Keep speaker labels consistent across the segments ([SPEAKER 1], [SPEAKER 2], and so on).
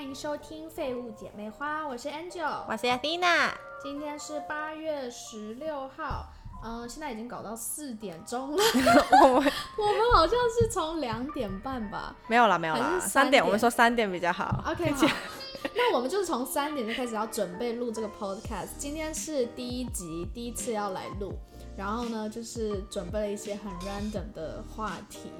[SPEAKER 1] 迎收听《废物姐妹花》，我是 Angel，
[SPEAKER 2] 我是 Athena，
[SPEAKER 1] 今天是八月十六号，嗯、现在已经搞到四点钟了，
[SPEAKER 2] 我们
[SPEAKER 1] 我们好像是从两点半吧
[SPEAKER 2] 没有啦，没有啦，
[SPEAKER 1] 还是三
[SPEAKER 2] 三
[SPEAKER 1] 点
[SPEAKER 2] 点，我们说三点比较好。
[SPEAKER 1] ，OK，好，那我们就是从三点就开始要准备录这个 podcast，今天是第一集，第一次要来录，然后呢，就是准备了一些很 random 的话题，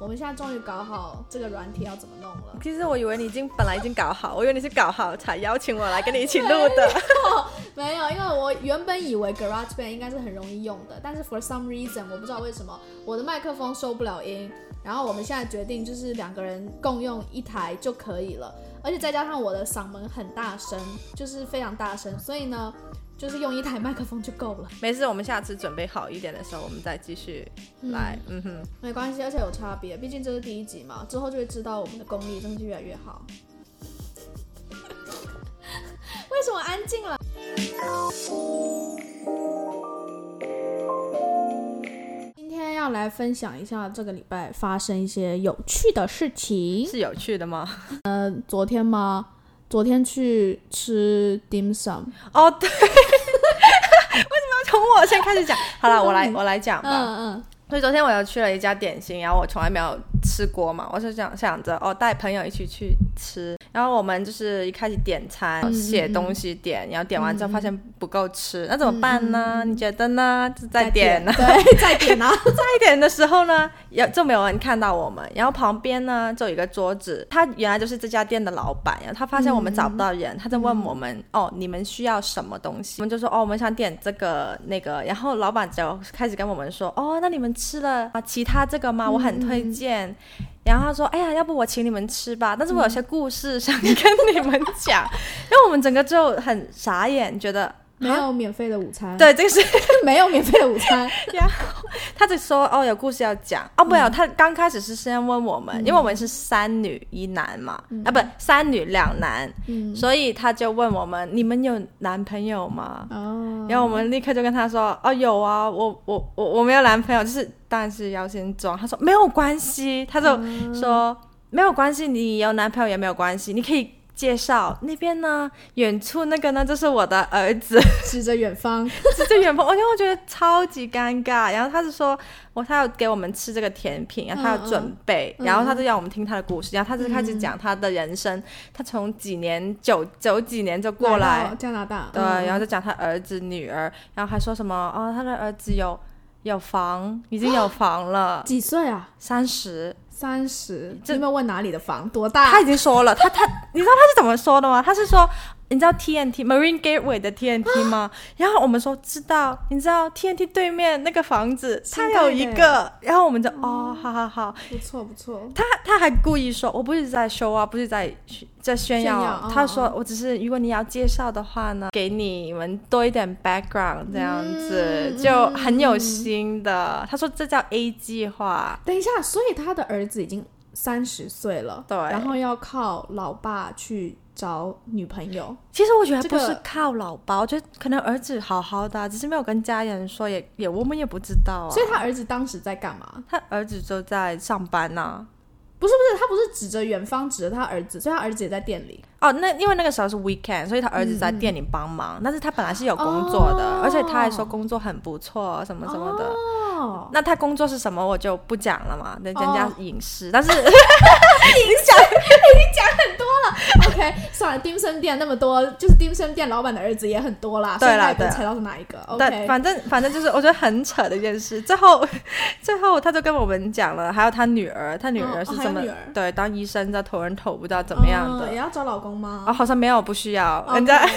[SPEAKER 1] 我们现在终于搞好这个软体要怎么弄了。
[SPEAKER 2] 其实我以为你已经本来已经搞好，我以为你是搞好才邀请我来跟你一起录 的。
[SPEAKER 1] 没有，因为我原本以为 GarageBand 应该是很容易用的，但是 for some reason 我不知道为什么我的麦克风收不了音。然后我们现在决定就是两个人共用一台就可以了，而且再加上我的嗓门很大声，就是非常大声，所以呢，就是用一台麦克风就够了，
[SPEAKER 2] 没事，我们下次准备好一点的时候，我们再继续来。嗯哼，
[SPEAKER 1] 没关系，而且有差别，毕竟这是第一集嘛，之后就会知道我们的功力真的是越来越好。 为什么安静了？今天要来分享一下这个礼拜发生一些有趣的事情。
[SPEAKER 2] 是有趣的吗？
[SPEAKER 1] 呃，昨天吗？昨天去吃 dim sum，
[SPEAKER 2] 哦，对， 为什么要从我先开始讲？好了，我来我来讲吧。
[SPEAKER 1] 嗯嗯，
[SPEAKER 2] 所以昨天我又去了一家点心，然后我从来没有吃过嘛，我是想想着哦，带朋友一起去吃。然后我们就是一开始点餐，
[SPEAKER 1] 嗯
[SPEAKER 2] 写东西点，然后点完之后发现不够吃，那怎么办呢？
[SPEAKER 1] 嗯
[SPEAKER 2] 你觉得呢？就再点呢？
[SPEAKER 1] 对，再点啊，
[SPEAKER 2] 再点的时候呢，也就没有人看到我们。然后旁边呢，就有一个桌子，他原来就是这家店的老板，然后他发现我们找不到人，他在问我们、哦，你们需要什么东西？我们就说哦，我们想点这个那个。然后老板就开始跟我们说哦，那你们吃了啊其他这个吗？我很推荐。然后他说：“哎呀，要不我请你们吃吧？但是我有些故事想跟你们讲，因为我们整个就很傻眼，觉得
[SPEAKER 1] 没有免费的午餐，，
[SPEAKER 2] 对这个是
[SPEAKER 1] 没有免费的午餐，
[SPEAKER 2] 他就说哦，有故事要讲哦，没有，
[SPEAKER 1] 嗯
[SPEAKER 2] 他刚开始是先问我们，因为我们是三女一男嘛，啊不，三女两男，
[SPEAKER 1] 嗯，
[SPEAKER 2] 所以他就问我们你们有男朋友吗？
[SPEAKER 1] 哦，
[SPEAKER 2] 然后我们立刻就跟他说哦，有啊，我我我我没有男朋友，就是当然是要先装。他说没有关系，他就
[SPEAKER 1] 哦
[SPEAKER 2] 说、没有关系，你有男朋友也没有关系，你可以。介绍那边呢，远处那个呢，就是我的儿子。
[SPEAKER 1] 指着远方，
[SPEAKER 2] 指着远方， 而且我觉得超级尴尬。然后他是说，我他要给我们吃这个甜品，然后他要准备，
[SPEAKER 1] 嗯嗯
[SPEAKER 2] 然后他就让我们听他的故事，然后他就开始讲他的人生，他从几年九九几年就过来，
[SPEAKER 1] 到加拿大，
[SPEAKER 2] 对，
[SPEAKER 1] 嗯，
[SPEAKER 2] 然后就讲他儿子女儿，然后还说什么哦，他的儿子有有房，已经有房了
[SPEAKER 1] 几岁啊？
[SPEAKER 2] 三十，
[SPEAKER 1] 三十。你
[SPEAKER 2] 这
[SPEAKER 1] 有没有问哪里的房多大？
[SPEAKER 2] 他已经说了，他他，你知道他是怎么说的吗？他是说，你知道 TNT Marine Gateway 的
[SPEAKER 1] 啊
[SPEAKER 2] TNT 吗？然后我们说知道，你知道 TNT 对面那个房子，
[SPEAKER 1] 新
[SPEAKER 2] 他
[SPEAKER 1] 盖
[SPEAKER 2] 有
[SPEAKER 1] 的
[SPEAKER 2] 一
[SPEAKER 1] 耶
[SPEAKER 2] 个，然后我们就哦，好好好，
[SPEAKER 1] 不错不错。
[SPEAKER 2] 他他还故意说，我不是在 show 啊，不是在在炫耀，
[SPEAKER 1] 炫耀哦
[SPEAKER 2] 他说我只是如果你要介绍的话呢，给你们多一点 background 这样子、
[SPEAKER 1] 嗯
[SPEAKER 2] 就很有心的。他说这叫 A 计划。
[SPEAKER 1] 等一下，所以他的儿子已经三十岁了，
[SPEAKER 2] 对
[SPEAKER 1] 然后要靠老爸去找女朋友，
[SPEAKER 2] 其实我觉得
[SPEAKER 1] 这
[SPEAKER 2] 不
[SPEAKER 1] 个
[SPEAKER 2] 是靠老爸，我觉得可能儿子好好的啊，只是没有跟家人说，也也我们也不知道啊。
[SPEAKER 1] 所以他儿子当时在干嘛？
[SPEAKER 2] 他儿子就在上班啊呐、
[SPEAKER 1] 不是不是，他不是指着远方指着他儿子，所以他儿子也在店里。
[SPEAKER 2] 哦，那因为那个时候是 weekend，所以他儿子在店里帮忙，但是他本来是有工作的，
[SPEAKER 1] 嗯哦
[SPEAKER 2] 而且他还说工作很不错，什么什么的。
[SPEAKER 1] 哦，
[SPEAKER 2] 那他工作是什么，我就不讲了嘛，人人家
[SPEAKER 1] 哦
[SPEAKER 2] 隐私。但是
[SPEAKER 1] OK，算了，丁生店那么多，就是丁生店老板的儿子也很多啦，
[SPEAKER 2] 对啦
[SPEAKER 1] 所以他也不
[SPEAKER 2] 对啦
[SPEAKER 1] 猜到是哪一个。
[SPEAKER 2] 但
[SPEAKER 1] OK，
[SPEAKER 2] 反正反正就是我觉得很扯的一件事。最后最后他就跟我们讲了，还有他女儿，他女儿
[SPEAKER 1] 哦
[SPEAKER 2] 是
[SPEAKER 1] 哦还有
[SPEAKER 2] 怎么、
[SPEAKER 1] 女儿
[SPEAKER 2] 对当医生在头人头不知道怎么样的
[SPEAKER 1] 嗯。也要找老公吗？
[SPEAKER 2] 哦，好像没有，不需要， 人家
[SPEAKER 1] 人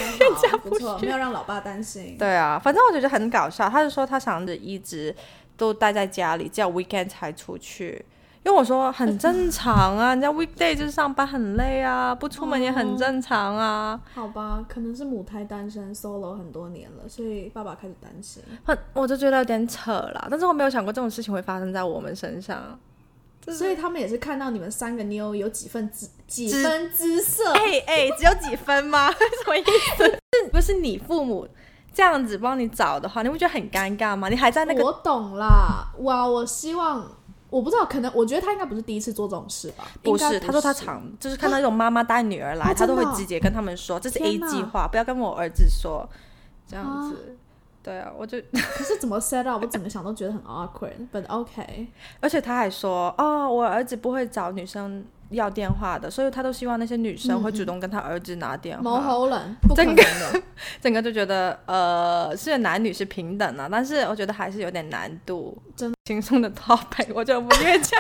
[SPEAKER 1] 家不错，没有让老爸担心。
[SPEAKER 2] 对啊，反正我觉得很搞笑。他就说他想着一直都待在家里，只有 weekend 才出去。因为我说很 正常啊，人家 weekday 就是上班很累啊，不出门也很正常啊。
[SPEAKER 1] 好吧，可能是母胎单身 solo 很多年了，所以爸爸开始担心。
[SPEAKER 2] 很，我就觉得有点扯啦。但是我没有想过这种事情会发生在我们身上。
[SPEAKER 1] 所以他们也是看到你们三个妞有几分姿几
[SPEAKER 2] 姿
[SPEAKER 1] 分姿色，
[SPEAKER 2] 哎哎，只有几分吗？ 什么意思？是不是你父母这样子帮你找的话，你不觉得很尴尬吗？你还在那个
[SPEAKER 1] 我懂啦。哇，我希望我不知道，可能我觉得他应该不是第一次做这种事吧？
[SPEAKER 2] 不
[SPEAKER 1] 应该
[SPEAKER 2] 是，他说他常就是看到这种妈妈带女儿来，
[SPEAKER 1] 啊
[SPEAKER 2] 他都会
[SPEAKER 1] 真的啊
[SPEAKER 2] 直接跟他们说这是 A
[SPEAKER 1] 天哪
[SPEAKER 2] 计划，不要跟我儿子说这样子。对啊，我就
[SPEAKER 1] 可是怎么 set up，我怎么想都觉得很 awkward。But OK，
[SPEAKER 2] 而且他还说哦，我儿子不会找女生要电话的，所以他都希望那些女生会主动跟他儿子拿电
[SPEAKER 1] 嗯某
[SPEAKER 2] 话。
[SPEAKER 1] 喉人不可能的。
[SPEAKER 2] 整个就觉得呃，虽然男女是平等啊，但是我觉得还是有点难度。
[SPEAKER 1] 真的
[SPEAKER 2] 轻松的 topic，我就不越讲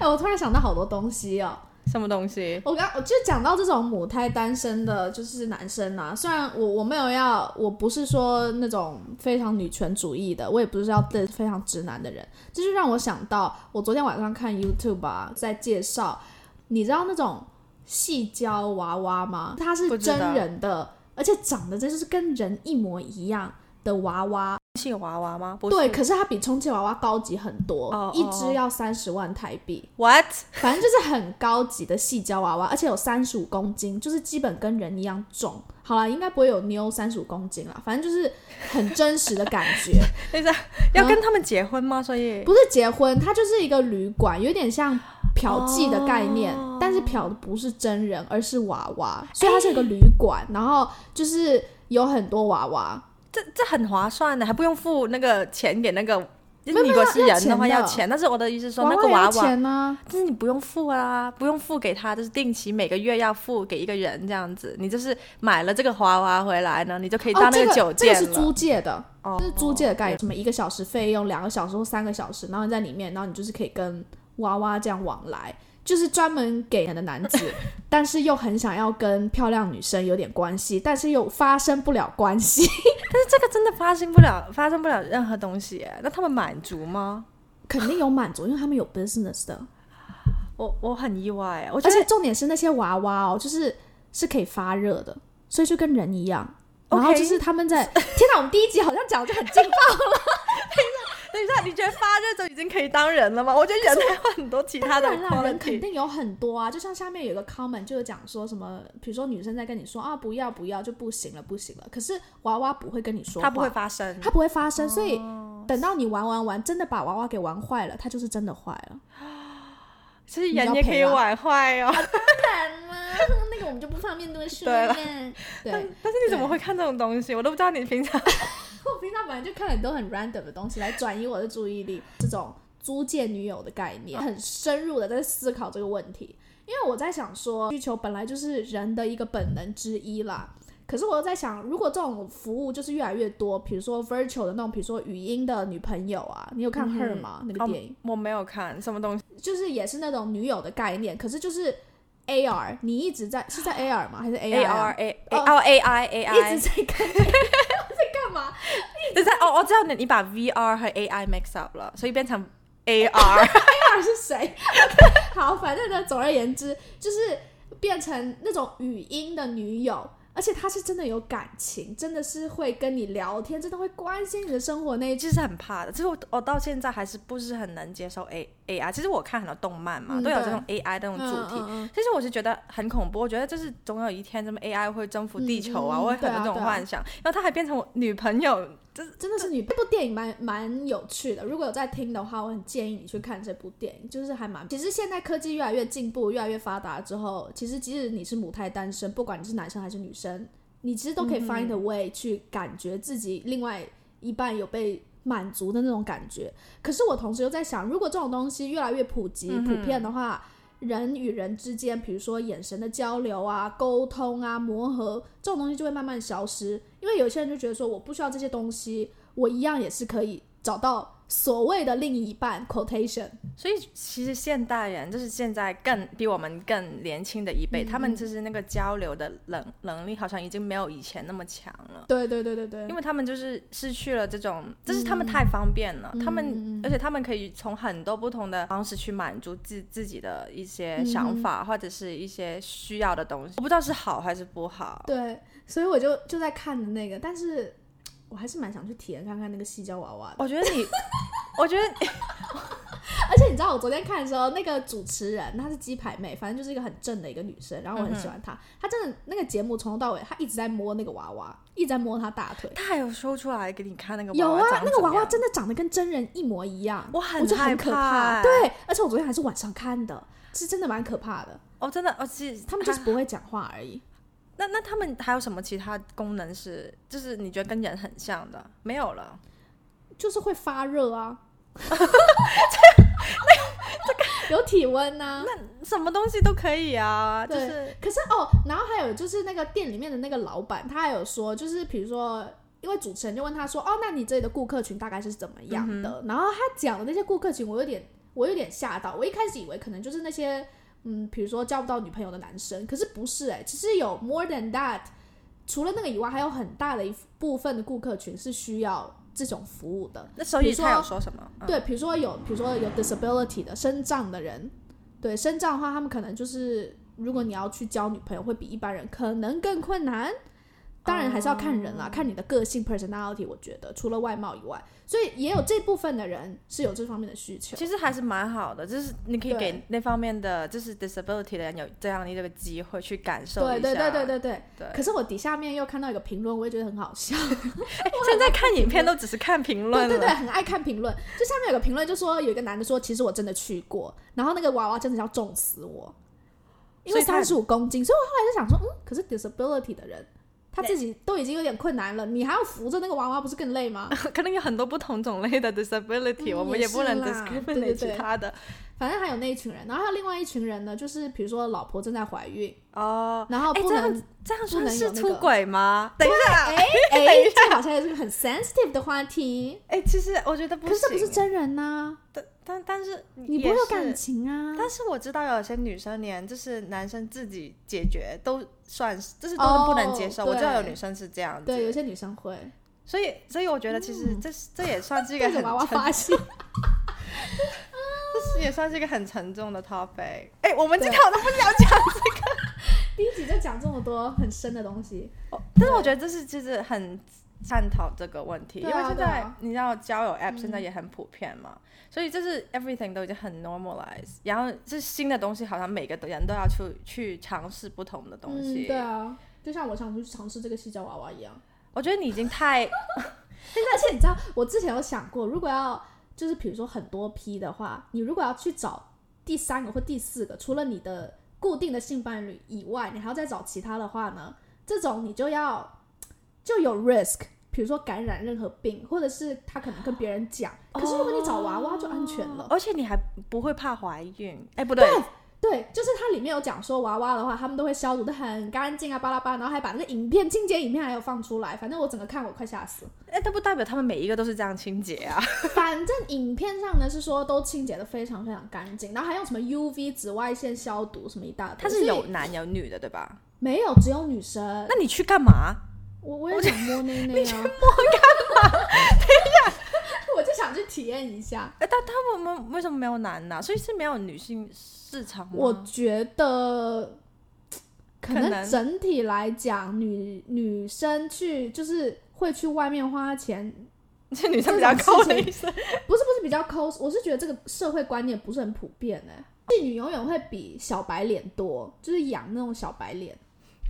[SPEAKER 1] 哎，我突然想到好多东西哦。
[SPEAKER 2] 什么东西。
[SPEAKER 1] 我刚我就讲到这种母胎单身的，就是男生啊。虽然我我没有要，我不是说那种非常女权主义的，我也不是要对非常直男的人。这就让我想到，我昨天晚上看 YouTube 啊，在介绍，你知道那种细胶娃娃吗？它
[SPEAKER 2] 不
[SPEAKER 1] 是
[SPEAKER 2] 知道
[SPEAKER 1] 真人的，而且长得真就是跟人一模一样的娃娃。
[SPEAKER 2] 气娃娃吗？不是
[SPEAKER 1] 对，可是它比充气娃娃高级很多，
[SPEAKER 2] 哦
[SPEAKER 1] 一
[SPEAKER 2] 哦哦
[SPEAKER 1] 只要三十万台币。
[SPEAKER 2] ，what？
[SPEAKER 1] 反正就是很高级的细胶娃娃，而且有三十五公斤，就是基本跟人一样重。好啦，应该不会有妞三十五公斤啦，反正就是很真实的感 觉。
[SPEAKER 2] 等一下，
[SPEAKER 1] 啊
[SPEAKER 2] 要跟他们结婚吗？所以
[SPEAKER 1] 不是结婚，它就是一个旅馆，有点像嫖妓的概念，
[SPEAKER 2] 哦
[SPEAKER 1] 但是嫖的不是真人，而是娃娃，所以它是一个旅馆，然后就是有很多娃娃。
[SPEAKER 2] 这这很划算的，还不用付那个钱给那个。就
[SPEAKER 1] 没有
[SPEAKER 2] 是你如果是
[SPEAKER 1] 没有要
[SPEAKER 2] 人的话
[SPEAKER 1] 钱的
[SPEAKER 2] 要钱，但是我的意思是说
[SPEAKER 1] 娃
[SPEAKER 2] 那个
[SPEAKER 1] 也
[SPEAKER 2] 娃
[SPEAKER 1] 要
[SPEAKER 2] 娃，
[SPEAKER 1] 钱啊呢、
[SPEAKER 2] 但是你不用付啊，不用付给他，就是定期每个月要付给一个人这样子。你就是买了这个娃娃回来呢，你就可以到
[SPEAKER 1] 哦，
[SPEAKER 2] 那
[SPEAKER 1] 这个
[SPEAKER 2] 酒
[SPEAKER 1] 这
[SPEAKER 2] 店
[SPEAKER 1] 个
[SPEAKER 2] 了。
[SPEAKER 1] 是租借的，
[SPEAKER 2] 哦
[SPEAKER 1] 这是租借的概念，什么一个小时费用，两个小时或三个小时，然后你在里面，然后你就是可以跟娃娃这样往来，就是专门给人的男 子，但是又很想要跟漂亮女生有点关系，但是又发生不了关系。
[SPEAKER 2] 但是这个真的发生不了，发生不了任何东西耶。那他们满足吗？
[SPEAKER 1] 肯定有满足，因为他们有 business 的，
[SPEAKER 2] 我我很意外，啊我觉
[SPEAKER 1] 而
[SPEAKER 2] 得
[SPEAKER 1] 且重点是那些娃娃哦，就是是可以发热的，所以就跟人一样。然后
[SPEAKER 2] OK
[SPEAKER 1] 就是他们在，天哪，我们第一集好像讲的就很劲爆，
[SPEAKER 2] 等一下，你觉得发热就已经可以当人了吗？我觉得人还有很多其他的
[SPEAKER 1] 当然啦，人肯
[SPEAKER 2] quality。
[SPEAKER 1] 定有很多啊，就像下面有一个 comment 就是讲说什么，比如说女生在跟你说啊不要不要就不行了不行了，可是娃娃不会跟你说话，
[SPEAKER 2] 它不会，发生，
[SPEAKER 1] 它不会发生，哦所以等到你玩玩玩，真的把娃娃给玩坏了，它就是真的坏 了。
[SPEAKER 2] 其实
[SPEAKER 1] 你要
[SPEAKER 2] 人也可以
[SPEAKER 1] 陪啊
[SPEAKER 2] 玩坏哦。
[SPEAKER 1] 然啦， 那个我们就不方便多说
[SPEAKER 2] 对了。
[SPEAKER 1] 对，
[SPEAKER 2] 但但是你怎么会看这种东西？我都不知道你 平常
[SPEAKER 1] 我平常本来就看很多很 random 的东西来转移我的注意力，这种租借女友的概念，很深入的在思考这个问题。因为我在想说，需求本来就是人的一个本能之一啦。可是我又在想，如果这种服务就是越来越多，比如说 virtual 的那种，比如说语音的女朋友啊，你有看
[SPEAKER 2] 嗯
[SPEAKER 1] Her 吗？那个
[SPEAKER 2] 哦
[SPEAKER 1] 电影、
[SPEAKER 2] 我没有看什么东西，
[SPEAKER 1] 就是也是那种女友的概念，可是就是 AR，你一直在是在 AR 吗？还是
[SPEAKER 2] A
[SPEAKER 1] AR？,
[SPEAKER 2] R A A
[SPEAKER 1] 哦
[SPEAKER 2] 哦 A I A
[SPEAKER 1] 一
[SPEAKER 2] I，
[SPEAKER 1] 直在看，在干嘛？
[SPEAKER 2] 等一下哦，我知道你你把 V R 和 A I mix up 了，所以变成 A R。
[SPEAKER 1] 到 底是谁好，反正呢，总而言之，就是变成那种语音的女友，而且她是真的有感情，真的是会跟你聊天，真的会关心你的生活那一种。
[SPEAKER 2] 其实很怕的，其实我我到现在还是不是很能接受 A A I。其实我看很多动漫嘛，
[SPEAKER 1] 嗯
[SPEAKER 2] 都有
[SPEAKER 1] 对
[SPEAKER 2] 这种 A I 这种主题。
[SPEAKER 1] 嗯嗯嗯
[SPEAKER 2] 其实我是觉得很恐怖，我觉得就是总有一天，什么 AI 会征服地球啊，
[SPEAKER 1] 嗯嗯嗯
[SPEAKER 2] 我会很多这种
[SPEAKER 1] 对啊对啊
[SPEAKER 2] 幻想。然后他还变成我女朋友，就是
[SPEAKER 1] 真的是女，这部电影蛮蛮有趣的。如果有在听的话，我很建议你去看这部电影，就是还蛮……其实现在科技越来越进步，越来越发达之后，其实即使你是母胎单身，不管你是男生还是女生，你其实都可以
[SPEAKER 2] 嗯
[SPEAKER 1] find a way 去感觉自己另外一半有被满足的那种感觉。可是我同时又在想，如果这种东西越来越普及、
[SPEAKER 2] 嗯哼
[SPEAKER 1] 普遍的话，人与人之间，比如说眼神的交流啊、沟通啊、磨合这种东西，就会慢慢消失。因为有些人就觉得说，我不需要这些东西，我一样也是可以找到所谓的另一半 （quotation）。
[SPEAKER 2] 所以其实现代人就是现在更比我们更年轻的一辈，
[SPEAKER 1] 嗯
[SPEAKER 2] 他们就是那个交流的能能力好像已经没有以前那么强了。
[SPEAKER 1] 对对对对对，
[SPEAKER 2] 因为他们就是失去了这种，就是他们太方便了，
[SPEAKER 1] 嗯
[SPEAKER 2] 他
[SPEAKER 1] 嗯嗯
[SPEAKER 2] 们而且他们可以从很多不同的方式去满足自自己的一些
[SPEAKER 1] 嗯
[SPEAKER 2] 想法、或者是一些需要的东西，我不知道是好还是不好。
[SPEAKER 1] 对，所以我就就在看的那个，但是我 还是蛮想去体验看看那个细胶娃娃的。
[SPEAKER 2] 我觉得你，我觉得
[SPEAKER 1] 而且你知知道我昨天看的时候，那个主持人她是鸡排妹，反正就是一个很正的一个女生，然后我很喜欢
[SPEAKER 2] 嗯
[SPEAKER 1] 她。她真的那个节目从头到尾，她一直在摸那个娃娃，一直在摸她大腿。
[SPEAKER 2] 他还有说出来给你看那个
[SPEAKER 1] 有
[SPEAKER 2] 娃
[SPEAKER 1] 啊
[SPEAKER 2] 娃，长
[SPEAKER 1] 那个
[SPEAKER 2] 怎
[SPEAKER 1] 娃
[SPEAKER 2] 么
[SPEAKER 1] 娃
[SPEAKER 2] 样
[SPEAKER 1] 真的长得跟真人一模一样，
[SPEAKER 2] 我
[SPEAKER 1] 我
[SPEAKER 2] 很
[SPEAKER 1] 觉得
[SPEAKER 2] 害
[SPEAKER 1] 很可怕。
[SPEAKER 2] 怕，，
[SPEAKER 1] 对，而且我昨天还是晚上看的，是真的蛮可怕的。
[SPEAKER 2] 哦，真的，哦，其实
[SPEAKER 1] 他们就是
[SPEAKER 2] 还
[SPEAKER 1] 不会讲话而已。
[SPEAKER 2] 那那他们还有什么其他功能是，就是你觉得跟人很像的？没有了，
[SPEAKER 1] 就是会发热啊，有体温呐、
[SPEAKER 2] 什么东西都可以啊，就
[SPEAKER 1] 对
[SPEAKER 2] 是
[SPEAKER 1] 可是哦，然后还有就是那个店里面的那个老板，他还有说，就是比如说。因为主持人就问他说：“哦，那你这里的顾客群大概是怎么样的？”然后他讲的那些顾客群，我有点，我有点吓到。我一开始以为可能就是那些，嗯，比如说交不到女朋友的男生，可是不是哎、其实有 more than that，除了那个以外，还有很大的一部分的顾客群是需要这种服务的。
[SPEAKER 2] 那所
[SPEAKER 1] 比
[SPEAKER 2] 以
[SPEAKER 1] 如说
[SPEAKER 2] 他有说什么？嗯
[SPEAKER 1] 对，比如说有，比如说有 disability 的身障的人，对身障的话，他们可能就是，如果你要去交女朋友，会比一般人可能更困难。当然还是要看人
[SPEAKER 2] 哦
[SPEAKER 1] 啦看你的个性 personality。我觉得除了外貌以外，所以也有这部分的人是有这方面的需求。
[SPEAKER 2] 其实还是蛮好的，就是你可以
[SPEAKER 1] 对
[SPEAKER 2] 给那方面的就是 disability 的人有这样的一个机会去感受
[SPEAKER 1] 对
[SPEAKER 2] 一下。
[SPEAKER 1] 对对对
[SPEAKER 2] 对
[SPEAKER 1] 对对。
[SPEAKER 2] 对
[SPEAKER 1] 可是我底下面又看到一个评论，我也觉得很好笑。
[SPEAKER 2] 哎现在看影片都只是看评论了。
[SPEAKER 1] 对对对，很爱看评论。就下面有个评论就说，有一个男的说，其实我真的去过，然后那个娃娃真的要重死我，因为
[SPEAKER 2] 所以他
[SPEAKER 1] 三十五公斤。所以我后来就想说，嗯，可是 disability 的人。他自己都已经有点困难了，你还要扶着那个娃娃，不是更累吗？
[SPEAKER 2] 可能有很多不同种 类的 disability，、
[SPEAKER 1] 嗯
[SPEAKER 2] 我们
[SPEAKER 1] 也
[SPEAKER 2] 不
[SPEAKER 1] 是
[SPEAKER 2] 能
[SPEAKER 1] 啦
[SPEAKER 2] discriminate
[SPEAKER 1] 对对对
[SPEAKER 2] 其他的
[SPEAKER 1] 反正还有那一群人，然后还有另外一群人呢，就是比如说老婆正在怀孕，
[SPEAKER 2] 哦。
[SPEAKER 1] 然后
[SPEAKER 2] 哎
[SPEAKER 1] 不
[SPEAKER 2] 这样
[SPEAKER 1] 能
[SPEAKER 2] 这样
[SPEAKER 1] 不
[SPEAKER 2] 算
[SPEAKER 1] 能有
[SPEAKER 2] 是
[SPEAKER 1] 那
[SPEAKER 2] 出
[SPEAKER 1] 个
[SPEAKER 2] 轨吗？ 等一下，哎、
[SPEAKER 1] 哎、这好像也是个很 sensitive 的话题。
[SPEAKER 2] 哎其实我觉得不
[SPEAKER 1] 可是这不是
[SPEAKER 2] 行
[SPEAKER 1] 真人呐、
[SPEAKER 2] 但但但是
[SPEAKER 1] 你不
[SPEAKER 2] 也
[SPEAKER 1] 会有
[SPEAKER 2] 是
[SPEAKER 1] 感情啊。
[SPEAKER 2] 但是我知道有些女生连就是男生自己解决都算是，就是都
[SPEAKER 1] 哦
[SPEAKER 2] 是不能接受。我知道有
[SPEAKER 1] 对
[SPEAKER 2] 女生是这样子，
[SPEAKER 1] 对，有些女生会
[SPEAKER 2] 所以所以我觉得其实这是、嗯 这也算是一个
[SPEAKER 1] 对着
[SPEAKER 2] 很
[SPEAKER 1] 娃娃
[SPEAKER 2] 沉，
[SPEAKER 1] 发泄。
[SPEAKER 2] 这是也算是一个很沉重的 topic。哎，我们今
[SPEAKER 1] 对
[SPEAKER 2] 天好像不聊讲，
[SPEAKER 1] 第一集就讲这么多很深的东西，
[SPEAKER 2] 但是我觉得这是其实很探讨这个问题，因
[SPEAKER 1] 对
[SPEAKER 2] 为
[SPEAKER 1] 啊
[SPEAKER 2] 现
[SPEAKER 1] 对
[SPEAKER 2] 在、
[SPEAKER 1] 啊
[SPEAKER 2] 你知道交友 app 现在也很普遍嘛，所以就是 everything 都已经很 normalized，然后这新的东西好像每个人都要去去尝试不同的东西。
[SPEAKER 1] 嗯。对啊，就像我想去尝试这个细胶娃娃一样。
[SPEAKER 2] 我觉得你已经太
[SPEAKER 1] 而且你知道，我之前有想过，如果要就是比如说很多批的话，你如果要去找第三个或第四个，除了你的固定的性伴侣以外，你还要再找其他的话呢，这种你就要就有 risk。比如说感染任何病，或者是他可能跟别人讲，可是如果你找娃娃就安全了。
[SPEAKER 2] 而且你还不会怕怀 孕，
[SPEAKER 1] 啊
[SPEAKER 2] 哎，不对，
[SPEAKER 1] 对，就是它里面有讲说娃娃的话，他们都会消毒的很干净啊，巴拉巴拉，然后还把那个影片清洁影片还有放出来，反正我整个看我快吓死了。
[SPEAKER 2] 哎，但不代表他们每一个都是这样清洁 啊。
[SPEAKER 1] 反正影片上呢是说都清洁的非常非常干净，然后还用什么 UV 紫外线消毒什么一大堆，
[SPEAKER 2] 他是有
[SPEAKER 1] 所以
[SPEAKER 2] 男有女的，对吧？
[SPEAKER 1] 没有只有女生？
[SPEAKER 2] 那你去干嘛？
[SPEAKER 1] 我我也想摸内 内啊，摸干嘛？ 我就想去体验一下。
[SPEAKER 2] 哎，但他们们为什么没有男的啊？所以是没有女性市场吗？
[SPEAKER 1] 我觉得可
[SPEAKER 2] 可
[SPEAKER 1] 能
[SPEAKER 2] 能
[SPEAKER 1] 整体来讲，女女生去就是会去外面花钱，
[SPEAKER 2] 这女生比较抠的意思。
[SPEAKER 1] 不是不是比较抠，我是觉得这个社会观念不是很普遍哎、妓女永远会比小白脸多，就是养那种小白脸。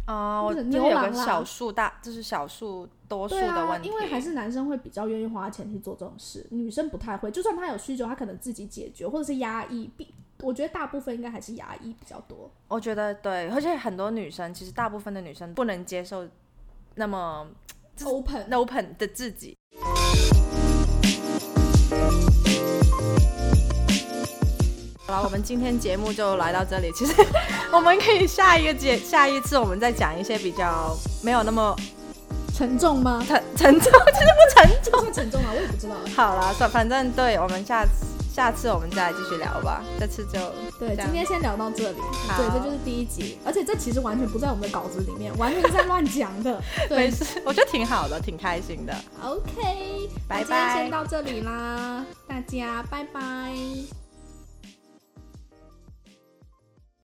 [SPEAKER 2] 哦，我
[SPEAKER 1] 不是
[SPEAKER 2] 这
[SPEAKER 1] 牛
[SPEAKER 2] 有
[SPEAKER 1] 郎
[SPEAKER 2] 个
[SPEAKER 1] 啦
[SPEAKER 2] 小数大，就是小数多数
[SPEAKER 1] 对
[SPEAKER 2] 的
[SPEAKER 1] 啊
[SPEAKER 2] 问，题。
[SPEAKER 1] 因为还是男生会比较愿意花钱去做这种事，女生不太会。就算他有需求，他可能自己解决，或者是压抑。比我觉得大部分应该还是压抑比较多。
[SPEAKER 2] 我觉得对，而且很多女生其实大部分的女生不能接受那么
[SPEAKER 1] open，
[SPEAKER 2] open 的自己。好了，我们今天节目就来到这里。其实 我们可以下一个节，下一次我们再讲一些比较没有那么？
[SPEAKER 1] 沉重吗
[SPEAKER 2] 沉沉重，就是不沉
[SPEAKER 1] 这
[SPEAKER 2] 重。
[SPEAKER 1] 个算沉重吗？我也不知道。
[SPEAKER 2] 好了，算反正对我们下次下次我们再来继续聊吧。这次就
[SPEAKER 1] 对，
[SPEAKER 2] 这样
[SPEAKER 1] 今天先聊到这里。对，这就是第一集，而且这其实完全不在我们的稿子里面，完全是在乱讲的。
[SPEAKER 2] 没
[SPEAKER 1] 对
[SPEAKER 2] 事，我觉得挺好的，挺开心的。
[SPEAKER 1] ，OK，那
[SPEAKER 2] 拜
[SPEAKER 1] 今天
[SPEAKER 2] 拜
[SPEAKER 1] 先到这里啦，大家拜拜。